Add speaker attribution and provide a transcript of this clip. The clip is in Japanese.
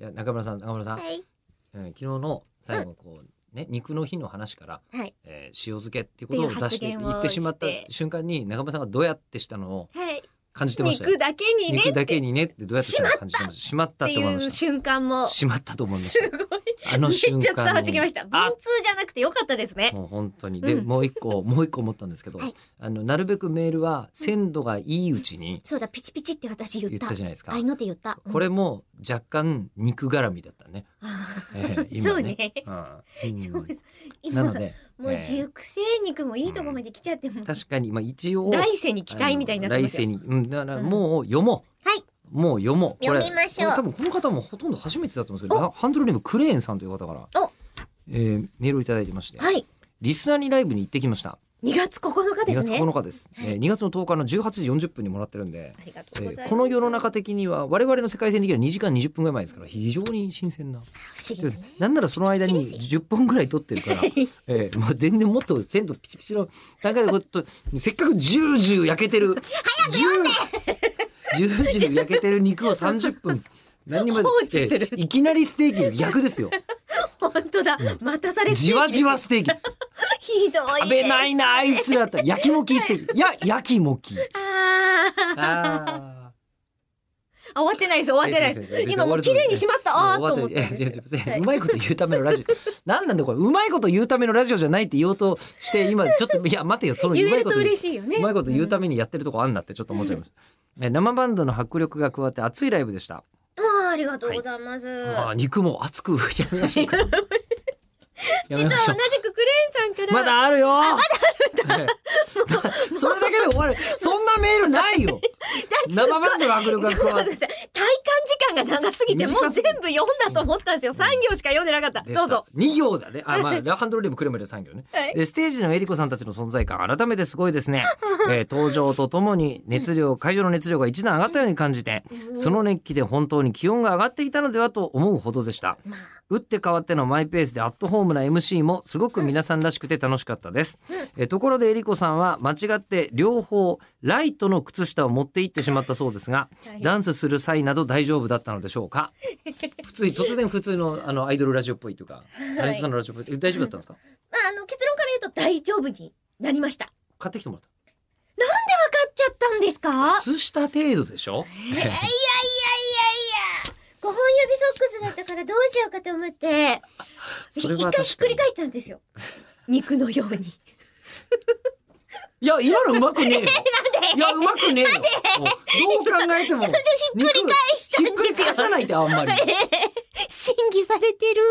Speaker 1: いや中村さん中村さん、
Speaker 2: はい。
Speaker 1: うん昨日の最後のこうね肉の日の話から、
Speaker 2: はい。
Speaker 1: えー塩漬けっていうことを
Speaker 2: っていう
Speaker 1: 出して
Speaker 2: 発言を
Speaker 1: 言ってしまった
Speaker 2: して
Speaker 1: 瞬間に中村さんがどうやってしたのを
Speaker 2: はい。
Speaker 1: 感じてました
Speaker 2: 肉
Speaker 1: よ。
Speaker 2: だけにね
Speaker 1: 肉
Speaker 2: っ
Speaker 1: だけ
Speaker 2: て
Speaker 1: にねってどうやってしたのか感じてました。しまった
Speaker 2: っ
Speaker 1: ってて思い
Speaker 2: い
Speaker 1: ま
Speaker 2: う
Speaker 1: し
Speaker 2: 瞬間も
Speaker 1: た。
Speaker 2: す
Speaker 1: しまったと思いまし
Speaker 2: ごい
Speaker 1: た。あ
Speaker 2: め
Speaker 1: の
Speaker 2: っちゃ
Speaker 1: 瞬
Speaker 2: 伝
Speaker 1: 間に。
Speaker 2: わってきました。文
Speaker 1: あ
Speaker 2: 通じゃなくてよかったですね。
Speaker 1: もう本当にで、
Speaker 2: うん
Speaker 1: もう一個もう一個思ったんですけど、
Speaker 2: はい
Speaker 1: あのなるべくメールは鮮度がいいうちに
Speaker 2: そうだピチピチって私言
Speaker 1: 言って
Speaker 2: った
Speaker 1: た。じゃないですか
Speaker 2: あ。いのって言った。
Speaker 1: これも若干肉絡みだったね。
Speaker 2: うん。あ
Speaker 1: え
Speaker 2: ー
Speaker 1: ー
Speaker 2: そ
Speaker 1: 今
Speaker 2: う
Speaker 1: ね。
Speaker 2: ね。
Speaker 1: うんうんな
Speaker 2: 今
Speaker 1: の
Speaker 2: も
Speaker 1: で
Speaker 2: う熟成肉もいいとこまで来ちゃってもう
Speaker 1: 確かにまあ一応
Speaker 2: 来世に期待みたいになってます
Speaker 1: あ
Speaker 2: よ。
Speaker 1: の来世に、うん、だからもう読もう。
Speaker 2: はい。
Speaker 1: もう読もう。これ
Speaker 2: 読みましょ
Speaker 1: こ
Speaker 2: う
Speaker 1: れ多分この方もほとんど初めてだと思うんですけど、ハンドルネームクレーンさんという方から
Speaker 2: お、
Speaker 1: えー、メールをいただいてまして、
Speaker 2: はい。
Speaker 1: リスナーにライブに行ってきました。
Speaker 2: 2月9日で
Speaker 1: 2
Speaker 2: す
Speaker 1: 月
Speaker 2: ね。
Speaker 1: 9日です。
Speaker 2: は
Speaker 1: え
Speaker 2: い
Speaker 1: ー、2月の10日の18時40分にもらってるんで、
Speaker 2: ありが
Speaker 1: え
Speaker 2: とうございま
Speaker 1: ー
Speaker 2: す。
Speaker 1: この世の中的には我々の世界線的には2時間20分ぐらい前ですから非常に新鮮な。
Speaker 2: 不思議だね。
Speaker 1: なんならその間に10本ぐらい撮ってる から、えーまあ、全然もっと鮮度ピチピチの段階でこうちょっとせっかくジュージュー焼けてる早く読んでジュージュー焼けてる肉を30分何にも
Speaker 2: 放置する
Speaker 1: えーいきなりステーキの逆ですよ
Speaker 2: 本当だ。待たされてる
Speaker 1: じわじわステー キ
Speaker 2: ひどいです。
Speaker 1: 食べないなあいつらって焼きもきステ ーキいや焼きもき
Speaker 2: あー
Speaker 1: あ
Speaker 2: あ終わってないです終わってな
Speaker 1: 全然
Speaker 2: い
Speaker 1: 全然
Speaker 2: で
Speaker 1: 全
Speaker 2: す
Speaker 1: 然
Speaker 2: 今もう綺麗にしまったあ
Speaker 1: あ
Speaker 2: あと思ってはいう
Speaker 1: まいこと言うためのラジオ何なんだこれうまいこと言うためのラジオじゃないって言おうとして今ちょっといや待てよそのう
Speaker 2: 言
Speaker 1: ま
Speaker 2: え
Speaker 1: い
Speaker 2: る
Speaker 1: ことと言う
Speaker 2: 嬉しいよね
Speaker 1: うまいこと言うためにやってるとこあんなってちょっと思っちゃいました。え生バンドの迫力が加わって熱いライブでした。
Speaker 2: うんあーありがとうございます、
Speaker 1: まあ肉も熱 くやめましょうか。やめまし
Speaker 2: 実
Speaker 1: ょ
Speaker 2: は同
Speaker 1: う。
Speaker 2: じくクレーンさんから
Speaker 1: まだあるよ。まだあるんだ。 それだけで終わる。そんなメール ないよ。生バンドの迫力が 加わっ
Speaker 2: 体
Speaker 1: て。
Speaker 2: 感時間が長すぎてもう全部読んだと思ったんですよ3行しか読んでなかった
Speaker 1: で
Speaker 2: どうぞ。
Speaker 1: 2行だね。あ、まあ、ラハンドルリムクレムで3行ね。
Speaker 2: はい
Speaker 1: でステージのエリコさんたちの存在感改めてすごいです ね、えー登場とともに熱量会場の熱量が一段上がったように感じてその熱気で本当に気温が上がっていたのではと思うほどでした
Speaker 2: まあ
Speaker 1: 打って変わってのマイペースでアットホームな MC もすごく皆さんらしくて楽しかったです、えーところでえりこさんは間違って両方ライトの靴下を持って行ってしまったそうですが
Speaker 2: 大変
Speaker 1: ダンスする際など大丈夫だったのでしょう か普通に突然普通のあのアイドルラジオっぽいというかタレントさんのラジオっぽいえ大丈夫だったんですか
Speaker 2: まああの結論から言うと大丈夫になりました
Speaker 1: 買ってきてもらった
Speaker 2: 分かっちゃったんですか
Speaker 1: 靴下程度でしょ
Speaker 2: えーいやいやいやいや5本指ソックスだったからどうしようかと思って
Speaker 1: それは
Speaker 2: 一
Speaker 1: 確か
Speaker 2: 回
Speaker 1: に
Speaker 2: ひっくり返ったんですよ肉のように
Speaker 1: いや今のうまくねえよいやうまくねえよもうどう考えてもひっ
Speaker 2: ひっくり返したんですよ
Speaker 1: ひっくり返さないってあんまり
Speaker 2: 審議されてる